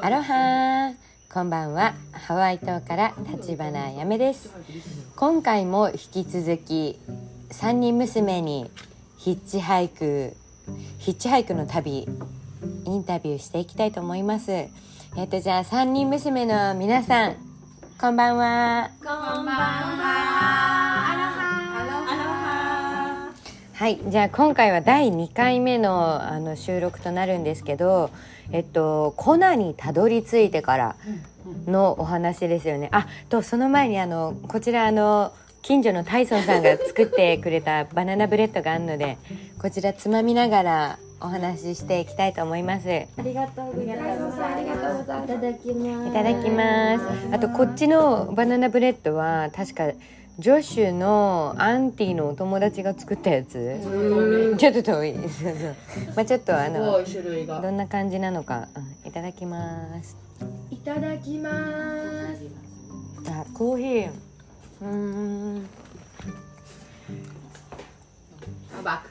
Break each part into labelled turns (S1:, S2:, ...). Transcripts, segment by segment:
S1: アロハこんばんはハワイ島から立花あやめです今回も引き続き三人娘にヒッチハイクヒッチハイクの旅インタビューしていきたいと思いますえっ、とじゃあ三人娘の皆さんこんばんは
S2: こんばんは。アロハ。アロハ。
S1: はいじゃあ今回は第2回目のあの収録となるんですけどえっとコナにたどり着いてからのお話ですよねあとその前にあのこちらあの近所のタイソンさんが作ってくれたバナナブレッドがあるのでこちらつまみながらお話ししていきたいと思いますい
S3: ありがとうございます。
S2: ありがとうございます
S3: いただきます。
S1: ただきますあとこっちのバナナブレッドは確かジョシュのアンティのお友達が作ったやつちょっと遠いそうそうまあちょっとあ
S2: すご
S1: の
S2: い種類が。
S1: どんな感じなのか、うんいただきます
S3: いただきます。
S1: あコーヒーうーん
S2: あば。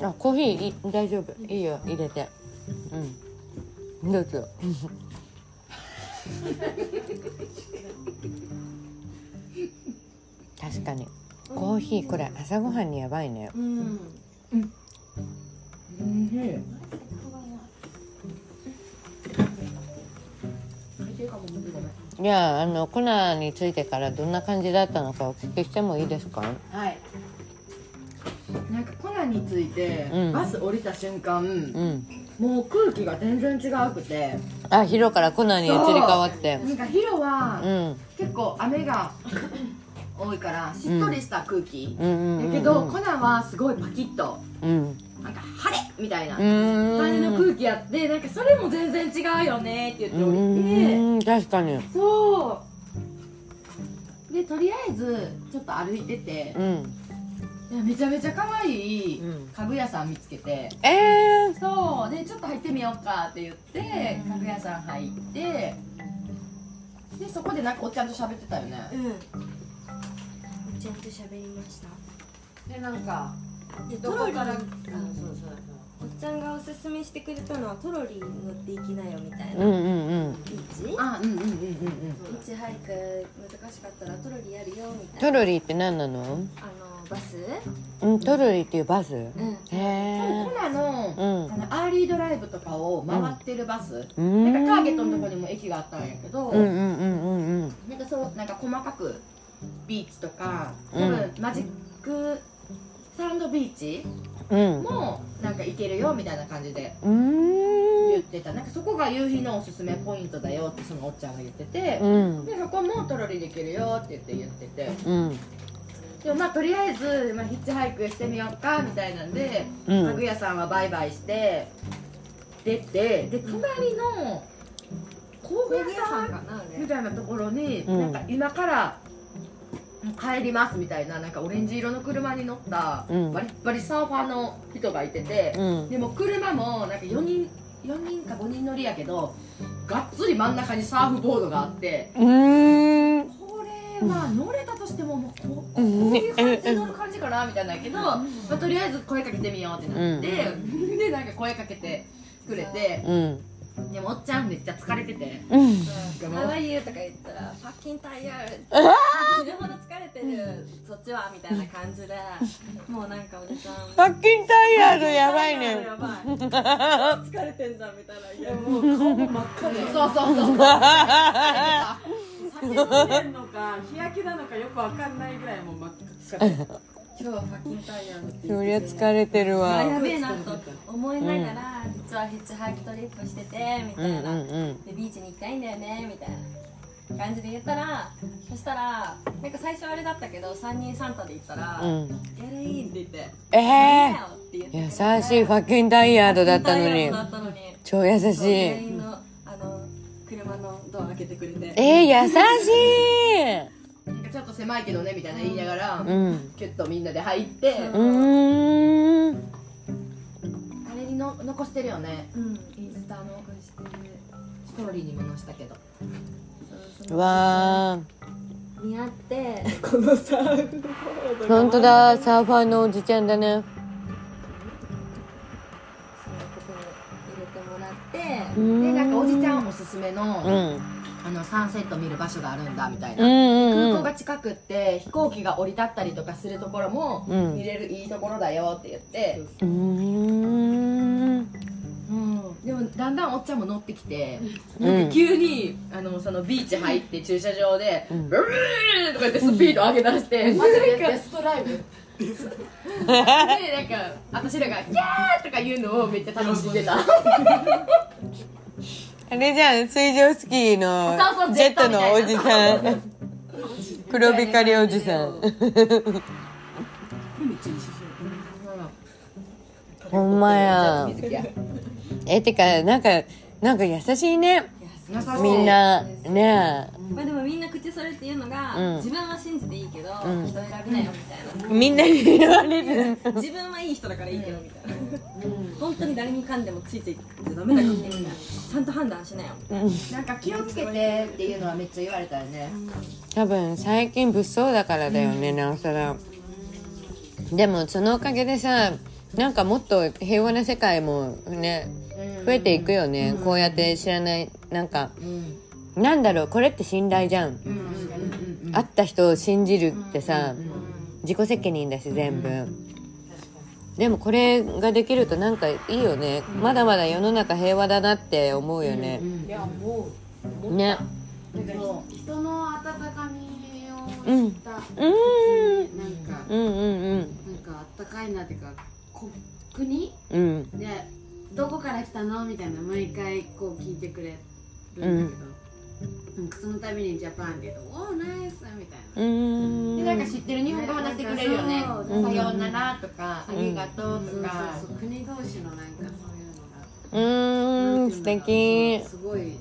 S1: あコーヒーいい大丈夫いいよ入れてうんどうぞ 確かにコーヒーこれ朝ごはんにやばいね
S3: うん。
S1: じゃああのコナーについてからどんな感じだったのかお聞きしてもいいですか
S2: はい。なんかコナンについて、
S1: うん
S2: バス降りた瞬
S1: う
S2: 間、
S1: ん
S2: もう空気が全然違うくて
S1: あヒロからコナーに移り変わって
S2: なんかヒロは、
S1: うん
S2: 結構雨が多いからしっとりした空気、
S1: うんうんうんうん
S2: だけど、コナンはすごいパキッと
S1: うん
S2: なんか晴れみたいな
S1: う
S2: 感じの
S1: ーん
S2: 空気やってなんかそ
S3: そ
S2: れ
S3: れも全然違うよねって言って
S1: う
S3: おりて。
S1: ーん確かに
S2: そうでとりあえずちょっと歩いてて
S1: う、ん
S2: いやめちゃめちゃ可愛い
S1: うん
S2: 家具屋さん見つけて、
S1: え
S2: そうでちょっと入ってみようかって言って家具屋さん入ってでそこでなんかおっちゃんと喋ってたよね
S3: うん。ちゃんと喋りました。
S2: でなんか
S3: でトロリー
S2: そうそう
S3: おっちゃんがおすすめしてくれたのはトロリーに乗っていきなよみたい
S1: ーうん
S3: な。ビー
S1: うんうん
S3: チ？ビ
S2: あうんうんうんうんうん
S3: ーチハイク難しかったらトロリーやるよみた
S1: ト
S3: いな。
S1: ロリーって何なの
S3: あのバス？
S1: うんトロリーっていうバスへ
S3: うん。
S2: でも
S1: え
S2: コナの,、
S1: うん
S2: あのアーリードライブとかを回ってるバス、
S1: うん
S2: なんかターゲットのとこにも駅があったんやけど、
S1: うんうんうんうんうん
S2: なんかそうなんか細かくビーチとか多
S1: うん
S2: 分マジックサンドビーチ
S1: うん
S2: もなんか行けるよみたいな感じで
S1: うー
S2: 言ってたなんかそこが夕日のおすすめポイントだよってそのおっちゃんが言ってて、
S1: んうん
S2: でそこもトロリーできるよって言って言ってて
S1: うん
S2: でもまあとりあえず、まあ、ヒッチハイクしてみようかみたいなんで、
S1: うん
S2: 家具屋さんはバイバイして出てで隣の工具屋さん
S3: かなあ
S2: みたいなところに、
S1: うん
S2: なんか今から帰りますみたいななんかオレンジ色の車に乗った
S1: うん
S2: バリッバリサーファーの人がいてて、
S1: うん
S2: でも車もなんか4人4人か5人乗りやけどがっつり真ん中にサーフボードがあって
S1: うーん
S2: これは乗れたとしてももうここういう感じで乗る感じかなみたいなんやけど、まあ、とりあえず声かけてみようってなって、でなんか声かけてくれて
S1: うん
S2: でもおっちゃんめっちゃ疲れてて。
S1: うん
S3: うんハワイユーとか言ったら「パッキンタイヤー」死ぬほど疲れてるそっちはみたいな感じでもうなんかおじさん
S1: パッキンタイヤードやばいね
S3: やば い疲れてんじゃんみたいないやもう顔も真っ赤で
S2: そうそうそうそう。
S3: 酒飲んでんのか日焼けなのかよくわかんないぐらいもう真っ赤今日はパッキンタイヤードって言
S1: そ
S3: っ
S1: りゃ
S3: て
S1: 疲れてる
S3: あ
S1: わ
S3: やべえなと思いながら実はヒッチハイクトリップしててみ
S1: うん
S3: た
S1: う
S3: いな、
S1: ん
S3: でビーチに行きたいんだよねみたいな感じで言ったらそしたらなんか最初あれだったけど3人サンタで行ったら「
S1: うん
S3: ゲレイン」って言って「
S1: ええ
S3: ー!」って言ってくれ
S1: 優
S3: て
S1: しいファッキンダイヤードだったのに
S3: だったのに
S1: 超優し
S3: そう
S1: い
S3: ゲレインのあの車のドア開けてくれて
S1: えー、優し
S2: なんかちょっと狭いけどねみたいな言いながら、
S1: いうん
S2: キュッとみんなで入って、
S1: うーん
S2: あれにの残してるよね
S3: うん
S2: インスタのストーリーにも載せたけど
S3: そうそう
S1: わ
S3: 似合って
S2: このサーフ
S1: ー本当だサーファーのおじちゃんだね
S3: そのここに入れてもらって、
S1: うん
S2: でなんかおじちゃんおすすめの,、
S1: うん
S2: あのサンセット見る場所があるんだみたい
S1: うんうんう
S2: な、空港
S1: ん
S2: が近くって飛行機が降り立ったりとかするところも
S1: うん
S2: 見れるいいところだよって言って、
S1: うーん
S2: うんでもだんだんおっちゃんも乗ってきて、
S1: うん
S2: なんか急にあのそのビーチ入って駐車場で「
S1: ん
S2: ブルー!」とか言ってスピード上げ出して、マジでテストライブでなんか私らが「キャー!」とか言うのをめっちゃ楽しんでた
S1: あれじゃん水上スキーの
S2: そうそう
S1: ジ
S2: ジ
S1: ェッ
S2: ェッ
S1: ト
S2: トみ
S1: の
S2: た
S1: お
S2: いな
S1: じさん黒光りおじさんほんまや
S2: 水着や
S1: えてかなんかなんか優しいねみんなね
S3: まあでもみんな口それっていうのが、
S1: うん
S3: 自分は信じていいけど、
S1: うん
S3: 人選びなよみたいな
S1: みんなに言われる
S3: 自分はいい人だからいいけどみたいな、本当に誰にかんでもついていってダメだよみたいな、ちゃんと判断しなよみたい
S2: なんか気をつけてっていうのはめっちゃ言われたよね
S1: 多分最近物騒だからだよね、なおさらでもそのおかげでさなんかもっと平和な世界もね増えていくよね、こうやって知らないなんか
S2: うん
S1: なんだろうこれって信頼じゃん、
S2: うんうんうん
S1: 会った人を信じるってさ、自己責任だし全部、でもこれができるとなんかいいよね、まだまだ世の中平和だなって思うよね、
S4: いやもう
S1: ね
S4: なんか
S2: そ
S4: 人の温かみを知った、
S1: うん
S4: なんか、
S1: うんうん
S4: なんかあったかいなっていうかこ国
S1: うんうん
S4: でどこから来たのみたいな毎回こう聞いてくれるんだけど、なんかそのたびにジャパンって言うと「おおナイス!」みたいな。
S1: うん
S2: でなんか知ってる日本語も出してくれるよね
S4: そ
S2: 「
S4: う
S2: さようなら」とか「ありがとう」
S4: そう
S2: とか
S4: そうそう国同士のなんかそういうのが
S1: うーん素敵
S4: すごい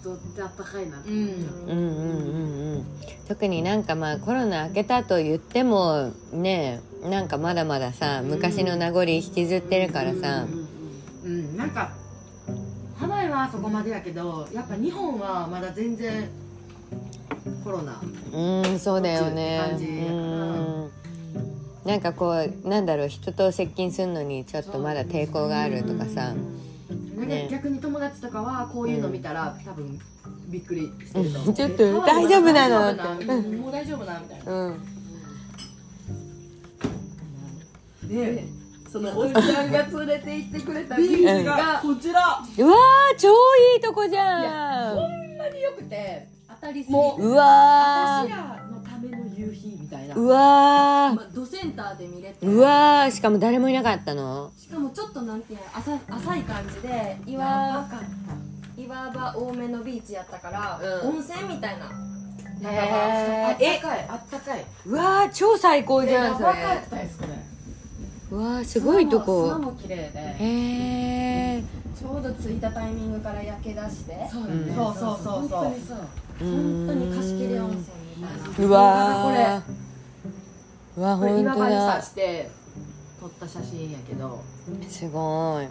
S4: 人ってあったかいなってっちゃう
S1: うんうんうんうん特になんかまあコロナ明けたと言ってもねなんかまだまださ昔の名残引きずってるからさ
S4: うんうん
S2: うんなんかハワイはそこまでやけどやっぱ日本はまだ全然コロナ
S1: うんそうだよね
S2: こっちっ
S1: う
S2: て感じやから
S1: んなんかこうなんだろう人と接近するのにちょっとまだ抵抗があるとかさ
S2: で
S1: ね
S2: 逆に友達とかはこういうの見たら多分びっくりしてると
S1: う
S2: 思
S1: ん
S2: う
S1: ちょっと大丈夫なの
S2: 大丈夫なうんもう大丈夫なみたいな
S1: うん
S2: でそのおっちゃんが連れて行ってくれたビーチがこちら
S1: うわー超いいとこじゃん
S2: こんなに良くて
S3: な当たりすぎ
S2: も
S1: うわー
S2: 私らのための夕日みたいな
S1: うわ
S3: まあ、ドセンターで見れて
S1: ーうわーしかも誰もいなかったの
S3: しかもちょっとなんていうの浅浅い感じで岩
S2: やばかっ
S3: 岩場多めのビーチやったから、
S2: うん
S3: 温泉みたいな
S2: た
S1: へー
S2: あったかいあったかいう
S1: わー超最高じゃんそれ
S2: たですこれ
S1: うわーすごいと
S2: 砂
S1: こ
S2: も綺麗
S1: へ
S2: で
S1: え
S3: ちょうど着いたタイミングから焼け出して
S4: そうだ
S1: うん
S4: ね
S2: そうそうそうそう
S4: そう
S3: 本当に貸し切り温泉みたいな
S1: うわーうわ
S2: これ
S1: 本
S2: 岩
S1: 当
S2: 場に
S1: だ
S2: 刺して撮った写真やけど
S1: すご
S4: 本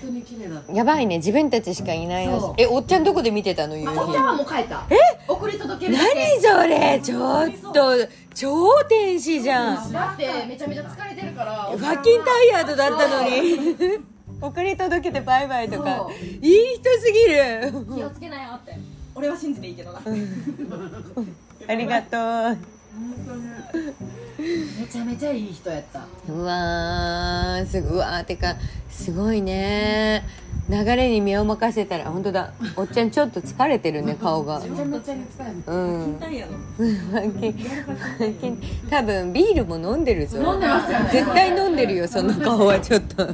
S4: 当に綺麗だった
S1: いやばいね自分たちしかいない
S2: そ
S1: よ
S2: う
S1: えおっちゃんどこで見てたの夕
S2: あおっち
S1: 日
S2: ゃんはもう帰ったえ送り届けるだけ
S1: 何それちょっと超天使じゃんフ
S2: だってめちゃめちゃ疲れてるから
S1: ァッキンタイヤードだったのに 送り届けてバイバイとかいい人すぎる
S3: 気をつけなよって俺は信じていいけどな
S1: ありがと
S2: めちゃめちゃいい人やった
S1: ううわーすごうわーてかすごいね流れに身を任せたらあ本当だおっちゃんちょっと疲れてる ね顔が
S2: めちゃめちゃに疲れて
S1: うん
S3: なんやろ
S1: 多分ビールも飲んでるぞ
S2: 飲んでますよね
S1: 絶対飲んでるよその顔はちょっ と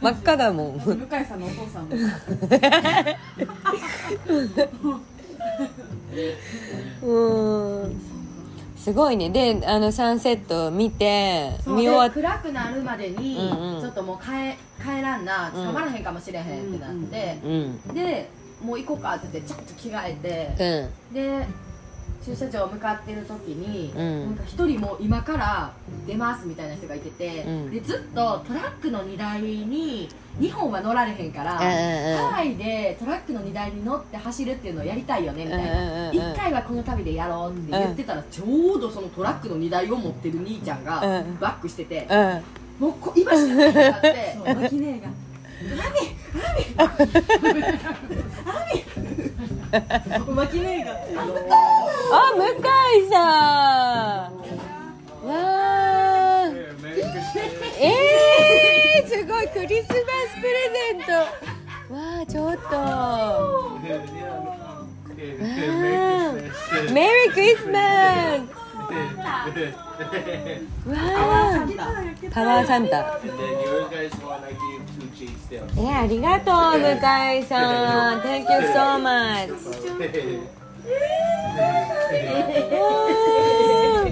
S1: 真っ赤だもん
S4: 向井さんのお父さんも
S1: すごいねであのサンセット見て見終わっ
S2: で暗くなるまでに
S1: うんうん
S2: ちょっともう帰帰らんな
S1: うん
S2: 捕まらへんかもしれへんってなって、
S1: うん
S2: でもう行こうかって言ってちょっと着替え
S1: う
S2: て、
S1: ん
S2: で駐車場向かってる時に、
S1: うん
S2: なんか一人もう今から出ますみたいな人がいてて、
S1: うん
S2: でずっとトラックの荷台に2本は乗られへんから、ハ
S1: う
S2: ワイでトラックの荷台に乗って走るっていうのをやりたいよねみたいな。
S1: ん
S2: 一回はこの旅でやろうって言ってたらちょうどそのトラックの荷台を持ってる兄ちゃんが
S1: うん
S2: バックしてて
S1: うん
S2: もうこ今しかないってなって
S3: そう脇姉が
S2: 巻きねえが
S1: あ向井さんわーえー、すごいクリスマスプレゼントわあちょっとメリークリスマスわあパワーサンタえありがとう向井さん Thank you so much わ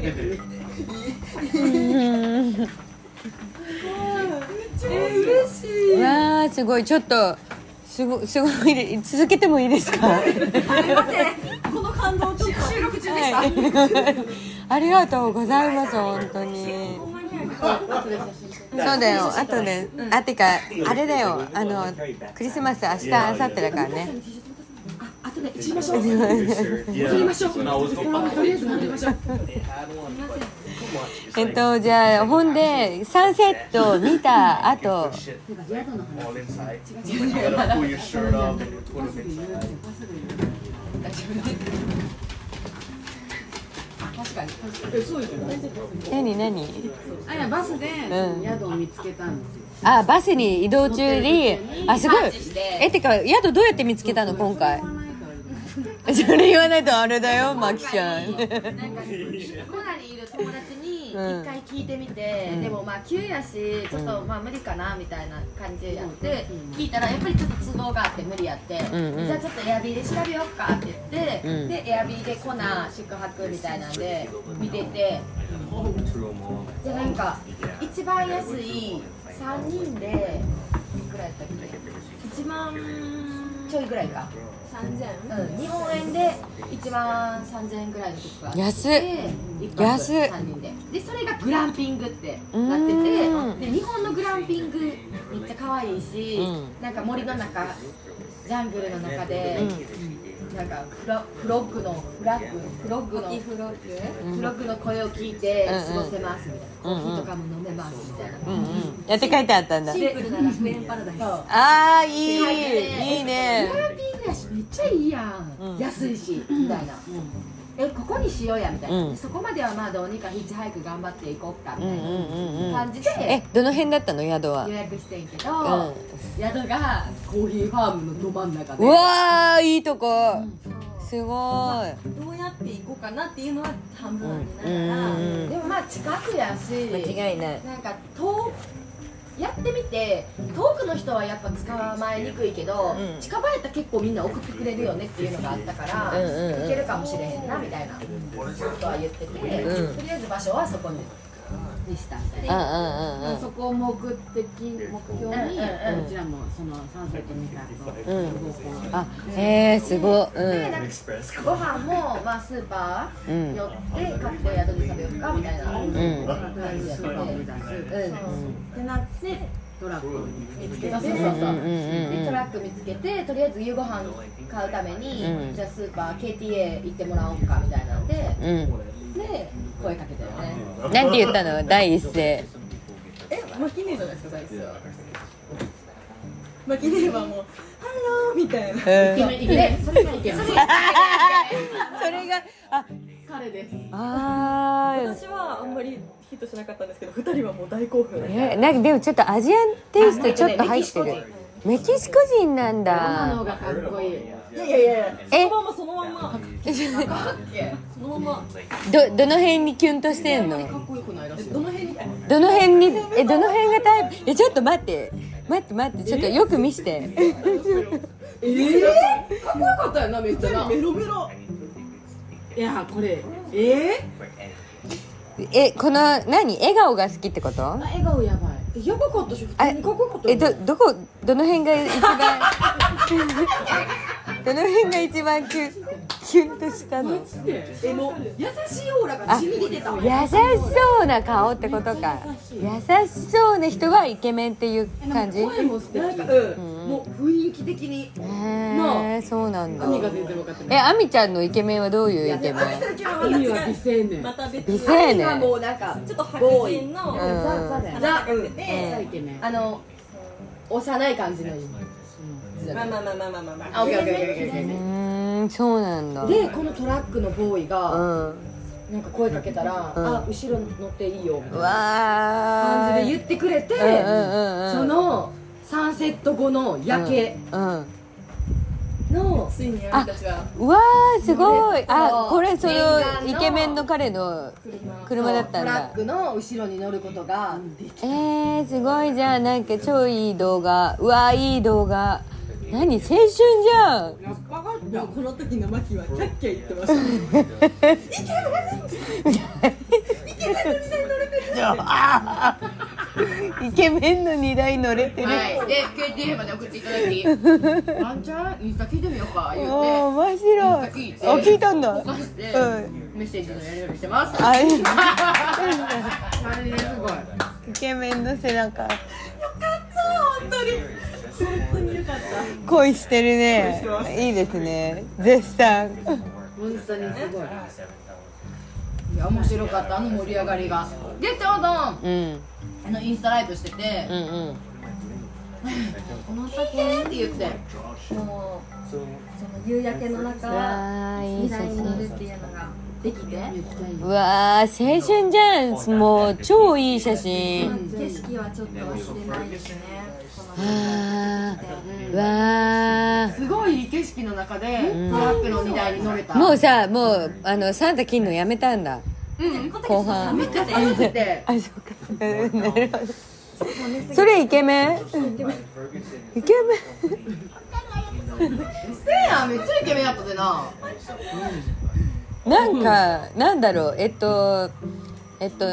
S1: ーわあすごいちょっとすごすごいで続けてもいいですか
S3: この感動ちょっと
S2: 収録中でした、
S1: ありがとうございます本当にそうだよあとねあてかあれだよあのクリスマス明日明後日だからね
S2: あとで行きましょう
S5: Yeah. When I was
S2: とりあえず飲んでみましょう
S5: They had one. but Too much. It's
S1: え
S5: like
S1: っとじゃあほんでサンセット見た後
S5: shit
S4: なんか宿の
S5: all inside. But you gotta pull your shirt off and you put them inside.
S2: 確かに
S1: 何何
S4: 話あいやバスで
S1: うん
S4: 宿を見つけたんですよ、
S1: あバスに移動中にあすごいえてか宿どうやって見つけたの今回 それ言わないとあれだよマキちゃん
S2: なんかコナにいる友達に一回聞いてみて、でもまあ急やしちょっとまあ無理かなみたいな感じでやって、聞いたらやっぱりちょっと都合があって無理やって、
S1: んうん
S2: じゃあちょっとエアビーで調べようかって言って、
S1: うん
S2: でエアビーでコナ宿泊みたいなんで見てて
S5: Threw them all.
S2: じゃあなんか一番安い3人でいくらやったっけ1万ちょいぐらいか、
S3: 3000
S2: うん、日本円で1万3000円ぐらいのとこがあって
S1: 安っ
S2: 一泊
S1: 安っ
S2: 三人ででそれがグランピングって
S1: うーん
S2: なっててで日本のグランピングめっちゃ可愛いし、
S1: う
S2: なんか森の中ジャングルの中で、なんかフロフロッグのフラッグフロッグの
S3: フロック
S2: フロッグの声を聞いて過ごせますみたいな、
S1: うんうん
S2: コーヒーとかも飲めますみたいな、
S1: うんうんやって書いてあったんだ
S3: シンプルな楽園パラダイス
S2: そう
S1: ああいいいい
S2: グ
S1: ね
S2: ランピングやしめっちゃいいやん、
S1: うん
S2: 安いしみたいな、えここにしようやみたいな、
S1: うん
S2: そこまではまあどうにかヒッチハイク頑張っていこうかみ
S1: うんう
S2: たい
S1: ん
S2: な、
S1: うんうん
S2: 感じで
S1: えどの辺だったの宿は
S2: 予約してんけ
S1: う
S2: ど、
S1: ん
S2: 宿がコーヒーファームのど真ん中
S1: う
S2: で
S1: わーいいとこ
S3: そ
S1: すごいう
S3: どうやって行こうかなっていうのは半分あ
S1: う
S3: りながら、
S1: んうん
S2: でもまあ近くやし
S1: 間違いない
S2: なんか遠やってみて遠くの人はやっぱ捕まえにくいけど、
S1: うん
S2: 近場やったら結構みんな送ってくれるよねっていうのがあったから、
S1: うんうんうん
S2: 行けるかもしれへんなみたいなことは言ってて、
S1: うん
S2: とりあえず場所はそこににしたみたい
S1: うん
S2: な。
S1: うん
S4: そこを目的目標に、
S2: う
S4: う
S2: ん
S4: ちらもそのサンセット見た後、
S1: うんうん
S4: 合コン
S1: うんあへえすごい
S2: でなんかご飯も、まあ、スーパ
S1: う
S2: ー
S1: ん
S2: 寄って買って宿で食べようかみたいな感
S1: うんうん
S2: じやって
S4: スーパーも出す
S2: うん
S4: ってなってトラックを
S2: 見つけてそうそう
S1: うんうんうんうん
S2: でトラック見つけてとりあえず夕ご飯買うために、
S1: うん
S2: じゃあスーパー KTA 行ってもらおうかみたいなんで
S1: うん
S2: で声かけたよね
S1: なんて言ったの第一声
S3: えマキネじゃないですか大好マキネはもう「ハロー」みたい
S1: う
S3: な
S1: ん
S4: イケメンそれがイケメン
S1: それがあ
S4: 彼です
S1: あー
S3: 私はあんまりヒットしなかったんですけど二人はもう大興奮
S1: えなんかでもちょっとアジアンテイストちょっと入ってるメキシコ人なん
S4: ママの
S1: だ
S4: 方がかっこいい
S3: いやいやいや
S1: え
S3: そのままそのままそのまま
S1: どどの辺にキュンとしてんの
S2: かっこよくないらしい
S3: どの辺に
S1: どの辺にえどの辺がタイプえちょっと待って待って待ってちょっとよく見して
S2: ええかっこよかったよなめっちゃな
S3: メロメロ
S4: いやこれえ
S1: えこの何笑顔が好きってこと
S4: 笑顔やばい
S6: やばかったし普通にかっこよかった
S1: え
S6: よ
S1: どどこどの辺が 一番どの辺が一番キュキュンとしたの
S6: えもう優しいオーラが
S1: あ
S6: じみ出てた
S1: 優しそうな顔ってことか優しそうな人はイケメンっていう感じへ
S4: 声も素
S6: なん
S4: 敵
S6: かうんもう雰囲気的に
S1: えそうなんだ
S4: 何が全然分かってない
S1: えあみちゃんのイケメンはどういうイケメン
S4: 意味は美青年
S3: また別
S1: 美
S3: に
S1: 青年
S6: 今もうなんか
S3: ちょっと白人の
S1: うん
S4: ザザだよ
S6: ザうん
S4: ザ
S3: で、
S4: イケメン
S2: あの幼い感じの意味
S3: まあまあまあまあまあまあまあ
S2: あオッケーオッケーオッケーオッケー
S1: うーんそうなんだ
S6: でこのトラックのボーイ
S1: う
S6: が
S1: ん
S6: なんか声かけたら「
S1: うん
S6: あ後ろ乗っていいよ」みたいうな
S1: わ
S6: 感
S1: ー
S6: じで言ってくれて
S1: うんうんうん
S6: そのサンセット後の夜景
S1: うん
S6: の
S3: ついにあなたちは
S1: うわーすごいあ
S6: そう
S1: これそ
S6: 念願
S1: の
S6: の
S1: イケメンの彼の車だったん
S6: トラ
S1: だ
S6: ックの後ろに乗ることができ
S1: えー、すごいじゃんなんか超いい動画うわーいい動画何青春じゃん
S7: この時のマキはキャッキャ言ってました
S1: イケメンの荷台乗れてる、
S2: はい、で KTM まで送っていただき「 ワンちゃんインスタ聞いてみようか」言
S1: お
S2: う
S1: お面白い
S2: 聞いて
S1: あ聞いたんだ
S2: てして
S1: うん
S2: メッセージのやり取りしてます
S1: あいい
S4: あれねすごい
S1: イケメンの背中よかった本当に本当によかった恋してるねいいですね絶賛
S4: 本当にすごい
S2: いや面白かったあの盛り上がりがでちょうどあ
S1: うん
S2: のインスタライブしてて
S1: うん
S2: 「
S1: うん
S2: 聞いて!」って言って
S3: もうその夕焼けの
S1: う
S3: 中
S1: わーいい
S3: 未
S1: 写
S3: 来に乗る
S1: 真
S3: っていうのが
S2: できて
S4: めっちゃいいう
S1: わー青春じゃんもう超いい写真
S3: 景色はちょっと忘れないですねこの
S1: あーうわ
S2: すごいいい景色の中でトラックの荷台に乗れた
S1: ーもうさもうあのサンタ切るのやめたんだ後半
S2: めっちゃ寒くて
S1: あそうかうんなるほどそれイケメンイケメン
S2: せやんめっちゃイケメンやったでな
S1: なんかなんだろうえっとえっと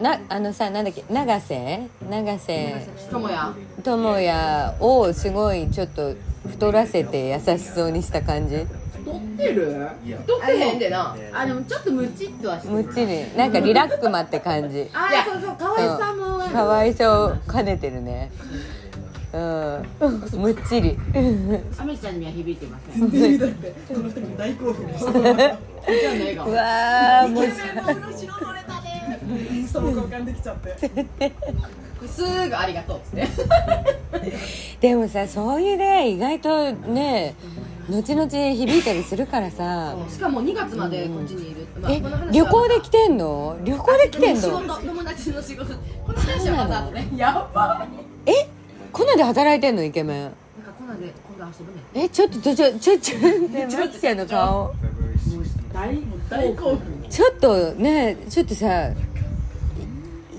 S1: なあのさなんだっけ永瀬永瀬
S2: ともや
S1: 智也をすごいちょっと太らせて優しそうにした感じ
S4: 太ってる
S2: 太ってへんでな
S4: あでもちょっとムチっとはしてる
S1: むっちりなんかリラックマって感 じ
S4: あ
S2: いや
S4: ーそうそう可愛さもある
S1: かわいそう兼ねてるね うんむっちり
S4: アメちゃんには響いてませ
S7: こ
S4: ん
S7: の時も大興奮でし
S1: うわーもう
S7: たインスタも交換できちゃって
S2: すぐありがとうっつって
S1: でもさそういうね意外とね後々響いたりするからさ
S2: しかも2月までこっちにいる、まあ
S1: え
S2: この話は
S1: 旅行で来てんの旅行で来てん
S2: 仕
S1: の
S2: 事友達の仕事この話はまだ後ねやば
S1: えコナで働いてんのイケメン
S2: なんかこんなんで今度遊ぶね
S1: えちょっとちょちょちょちょねマキちゃんの顔
S7: 大興奮
S1: ちょっとねちょっとさい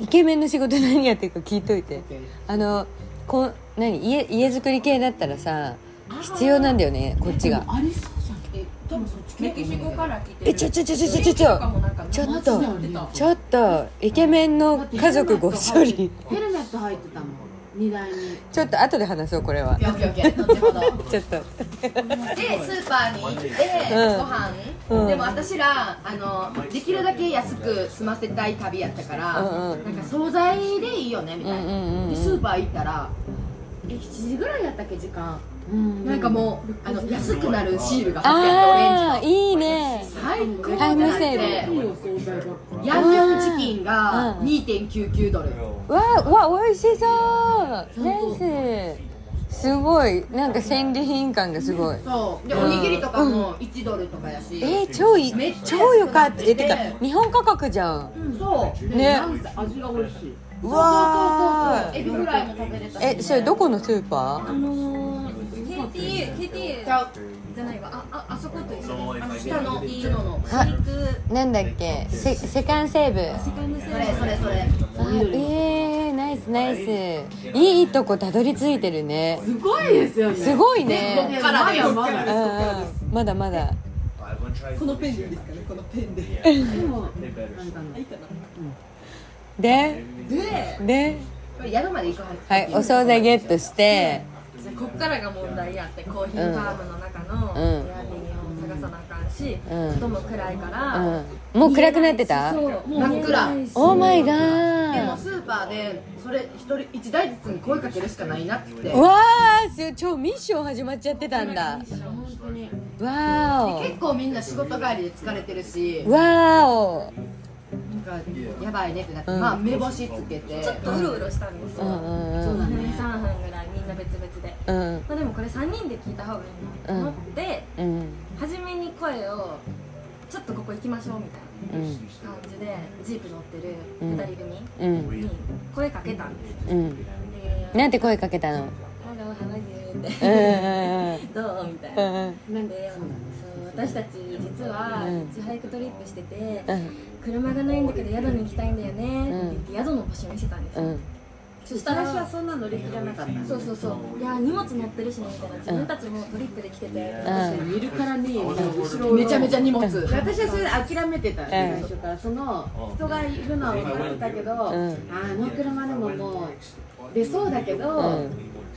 S1: イケメンの仕事何やってるか聞いといてあのこん何家家づくり系だったらさ必要なんだよねこっちが
S4: ありそうじゃん
S3: メキシコから来て
S1: えちょちょちょちょちょちょちょちょっとちょっとイケメンの家族ごっそり
S4: ヘルメット入ってたもん荷台に
S1: ちょっと後で話そうこれは
S2: オッケーオッケー後ほど
S1: ちょっと
S2: でスーパーに行って
S1: うん
S2: ご飯、
S1: うん
S2: でも私らあのできるだけ安く済ませたい旅やったから、
S1: うんうん
S2: なんか惣菜でいいよねみた
S1: う
S2: いな、
S1: んうんうんうん
S2: でスーパー行ったらえ7時ぐらいやったっけ時間、
S4: うん
S2: なんかもうあの安くなるシールが貼ってあ
S1: あ
S2: っ
S1: ーいいね
S2: てオレンジの最高
S1: タイム
S2: っ
S1: セ
S2: て
S1: ー
S4: いいお惣菜ばっか
S2: ヤンニョムチキンが
S1: うん
S2: 2.99ドル、
S1: わーわ美味しそうナイスすごいなんか戦利品感がすごい
S2: そうでおにぎりとかも1ドルとかやし、
S1: えー、超いい
S2: めっちゃ安くなってて
S1: 超よかったえてか日本価格じゃん
S2: そう
S4: り
S1: ね
S4: なんせ味が美味しいう
S1: わー
S2: エビフライも食べれたし
S1: えそれどこのスーパー
S3: あのー KTA KTA
S2: ちゃう
S3: じゃないわあああそこと一緒です
S2: 下
S3: あの
S2: の角の
S1: あ
S3: 行く
S1: なんだっけせセカンセーブ
S2: それそれそれ
S1: あえー、ナイスナイスいいとこたどり着いてるね
S4: すごいですよね
S1: すごい
S2: でこっ
S1: ね
S2: からだよ
S4: まだまだ
S1: うんうんまだまだ
S7: このペンでいいですかねこのペンで
S5: Yeah,
S4: でも
S5: they better.
S4: なんかあの
S7: いいかな
S1: で
S5: Maybe.
S1: で
S2: これ宿まで行くはず
S1: はいお惣菜ゲットして
S3: じゃあこっからが問題やってコーヒーファームの中の
S1: うん
S3: ヤーディンを探さなあかんし、
S1: うん
S3: 外も暗いから、
S1: うんもう暗くなってた
S3: そうもう
S2: 真っ暗
S3: 見えないし
S1: オーマイガ
S2: でも
S1: ー
S2: スーパーでそれ一人一台ずつに声かけるしかないなって
S1: うわー超ミッション始まっちゃってたんだ
S4: 本当に
S1: わ
S2: 結構みんな仕事帰りで疲れてるし
S1: ーおわーお
S2: なんかやばいねってなって、
S1: うん
S2: まあ目星つけて
S3: ちょっとうろうろしたんです
S1: う
S3: よ、
S1: んうん
S4: そうだね
S3: 3分ぐらいみんな別々で、
S1: うん
S3: まあ、でもこれ3人で聞いた方がいいなと思って、
S1: うん
S3: 初めに声をちょっとここ行きましょうみたい
S1: うん
S3: な感じでジープ乗ってる
S1: うん
S3: 2人組
S1: うん
S3: に声かけたんですよ、
S1: うん
S3: で
S1: なんて声かけたの
S3: ハロー、ハワイユーっ
S1: うん
S3: て、 どうみたいな。
S1: うん
S4: なんか
S3: で、そう私たち実は
S1: うん
S3: ヒッチハイクトリップしてて、
S1: うん
S3: 車がないんだけど宿に行きたいんだよねって言って宿の場所見せたんです
S1: う
S3: よ。
S1: ん
S3: そしたら、
S4: そんな乗り気じゃなかった
S3: そうそうそう、いや荷物持ってるしねみたいな、自分たちもトリップで来てて、
S1: うん
S4: 見るからねえみたいな後ろを
S2: めちゃめちゃ荷物
S4: 私はそれで諦めてた最初からその人がいるのは分かってたけど、
S1: うん
S4: あの車でももう出そうだけど、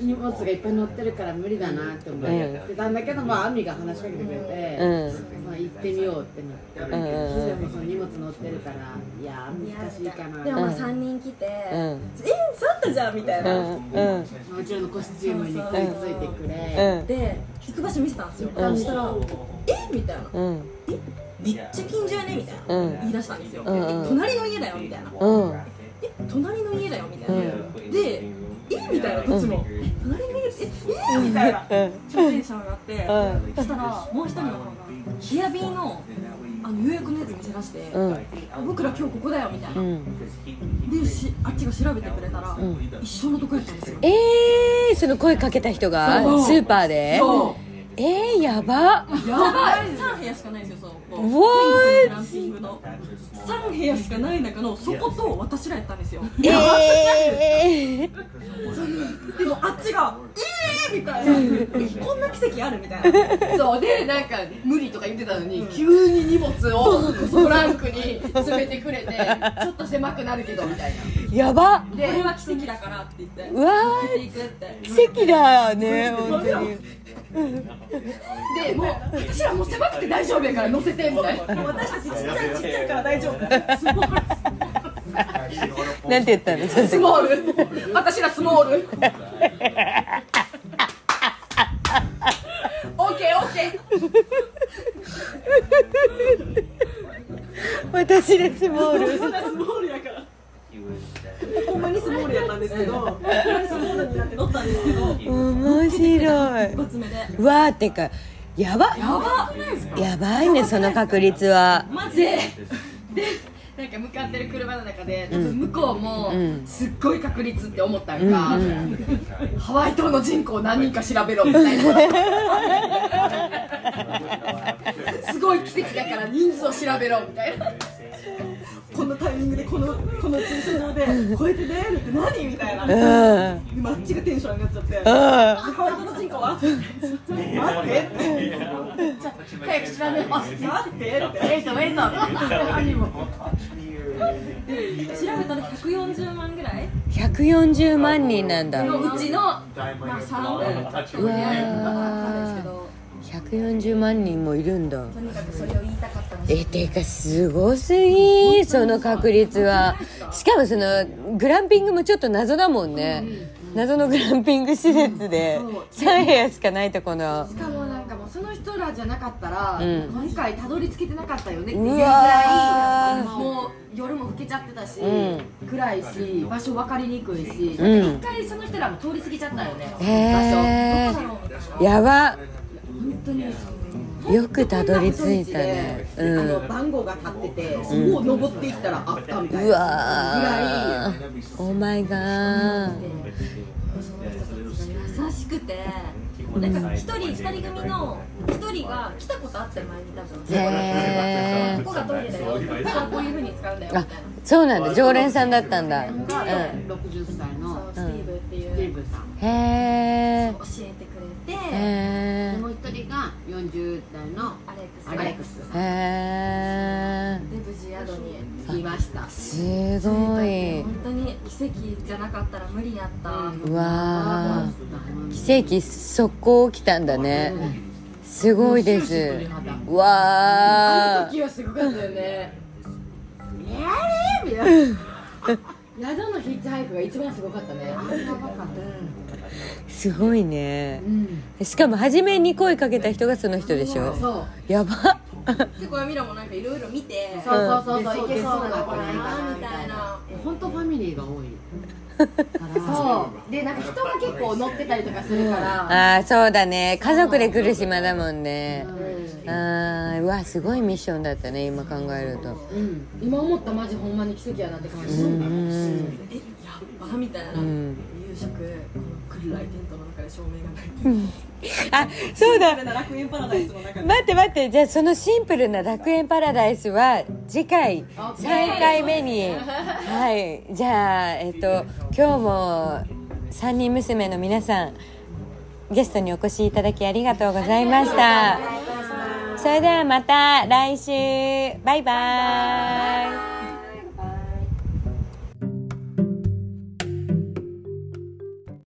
S4: 荷物がいっぱい乗ってるから無理だなって思ってたんだけど、まあ、アミが話しかけてくれて、
S1: うん
S4: まあ、行ってみようってなって、
S1: うんうんうん
S4: それもその荷物乗ってるからいや
S3: いや
S4: 難しいかな
S3: でもまあ
S1: うん
S3: 3人来て、
S1: う
S3: え
S1: ん
S3: そうだったじゃんみたいな、
S1: うん
S4: うちらのコスチュームに食いついてく
S1: う
S4: れ、
S1: ん
S3: で行く場所見せたんですよ、
S1: うん
S3: そしたら「えみたいな
S1: うん
S3: 「めっちゃ近所やね」みたいな、
S1: うん
S3: 言い出したんですよ、
S1: うんうん
S3: え隣の家だよみたいな
S1: うん
S3: 隣の家だよみたいな、
S1: うん
S3: で「えみたいなこっちも「え隣の家ええみたいな
S1: うん
S3: 超テンション上がって、
S1: うん
S3: そしたらもう一人の方がヘアビーのあの予約のやつ見せ出して、
S1: うん
S3: 僕ら今日ここだよみたいな、
S1: うん
S3: でしあっちが調べてくれたら、一緒のとこやったんですよ
S1: えーその声かけた人が
S3: そう
S1: スーパーで
S3: そう
S1: えーやば
S3: やばい3部屋しかないんですよそうこう
S1: What？
S3: ランキングの3部屋しかない中のそこと私らやったんですよ
S1: えー
S3: でもあっちが「えー!」みたいな「こんな奇跡ある?」みたい な
S2: そうでなんか無理とか言ってたのに、急に荷物をトランクに詰めてくれてちょっと狭くなるけどみたいな
S1: やば
S3: 「これは奇跡だから」って言って
S1: うわ
S3: 「出ていく」って
S1: ー奇跡だね本当に
S2: でもう私らもう狭くて大丈夫やから乗せてみたいな
S3: 私たちちっちゃいちっちゃいから大丈夫
S1: なんて言ったのその
S2: ス
S1: 時
S2: モール私らスモールオッケーオッケ
S1: 私ですモール
S7: スモールやからほんまにスモールやったんですけどスモールになって乗ったんですけど
S1: 面白い
S3: 一発目でや
S1: うわーってかやば
S3: ばくないですか
S1: やばいねその確率は
S3: マジで
S2: ーなんか向かってる車の中で多分向こうも
S1: ん
S2: すっごい確率って思ったんか、
S1: うんう
S2: ハワイ島の人口何人か調べろみた いなすごい奇跡だから人数を調べろみたい な
S7: このタイミングでこのこの駐車場でこうやって出会えるって何みたいな
S1: う
S7: で
S1: ん
S7: マッチがテンション上がっちゃって
S1: うん
S7: ハワイ島の人口は待って
S2: 早く調べます
S7: 待ってって
S2: ウェイトウェイト
S3: 調べたら140万ぐらい
S1: 140万人なんだ
S3: のうちのまあ
S5: Diamond.
S3: 3分
S1: うわ
S3: なんですけ
S1: ー
S3: ど
S1: 140万人もいるんだ
S3: とにかくそれを言いたかったんです
S1: えてかすごすぎその確率はしかもそのグランピングもちょっと謎だもんね謎のグランピング施設で3部屋しかないとこの
S2: しかもなんかもうその人らじゃなかったら、
S1: うん
S2: 今回たどり着けてなかったよねっていう
S1: う
S2: ぐら
S1: わ
S2: い
S1: ー
S2: もう夜も更けちゃってたし、
S1: うん
S2: 暗いし場所分かりにくいし一、
S1: うん
S2: 回その人らも通り過ぎちゃったよね、
S1: へ
S3: ど
S1: え
S3: こだろうみたいな
S1: やば
S3: 本当にそう
S1: よくたどり着いたねう
S6: あ
S1: ん
S6: の番号が立っててそこを登っていったらあったみたいうな
S1: わーお前が
S3: 優しくてなんか一人二人組の一人が来たことあって前に多分
S1: へー
S3: ここがトイレだよここがこういう風に使うんだよみたい
S1: あ
S3: な
S1: そうなんだ常連さんだったんだ、
S4: が60歳
S3: そ
S4: の
S3: うスティーブってい
S4: デー
S3: う
S4: ブさん
S1: うん、へ
S3: 教えてくれて
S1: えへ
S4: でもう一人が40代の
S3: アレックス
S4: アレックス
S1: えへえ
S3: で無事宿に
S4: いました
S1: すごい
S3: 本当に奇跡じゃなかったら無理やった、
S1: うわー奇跡速攻起きたんだねすごいですうわー
S4: 時はすごかったよねやれみたいな宿のヒッチハイクが一番すごかったねあれやばかった
S1: すごいね
S4: うん
S1: しかも初めに声かけた人がその人でしょ
S4: そう
S1: や ば
S3: 結構ミラもなんかいろいろ見て
S4: そうそうそうそういけ
S3: 出
S4: そう
S3: そうな
S4: な
S3: 子
S4: 子
S3: な
S4: ないい
S3: か
S4: か
S3: な
S4: な
S3: み
S4: み
S3: た
S4: た
S3: い
S4: い
S3: な
S4: な本当ファミリーが多いから
S2: そうでなんか人が結構乗ってたりとかするから
S1: ああそうだね家族で来る島だもんね
S4: う
S1: あーうわすごいミッションだったね今考えると
S4: うん今思ったマジほんまに奇跡やなって感じ
S1: うん
S3: えやっばみたいな、
S1: ん
S3: 夕食この暗いテントの中で照明がない
S1: あそうだ
S7: な楽園パラダイスの中で
S1: 待って待ってじゃあそのシンプルな楽園パラダイスは次回3回目にはいじゃあえっと今日も3人娘の皆さんゲストにお越しいただきありがとうございましたそれではまた来週バイバイ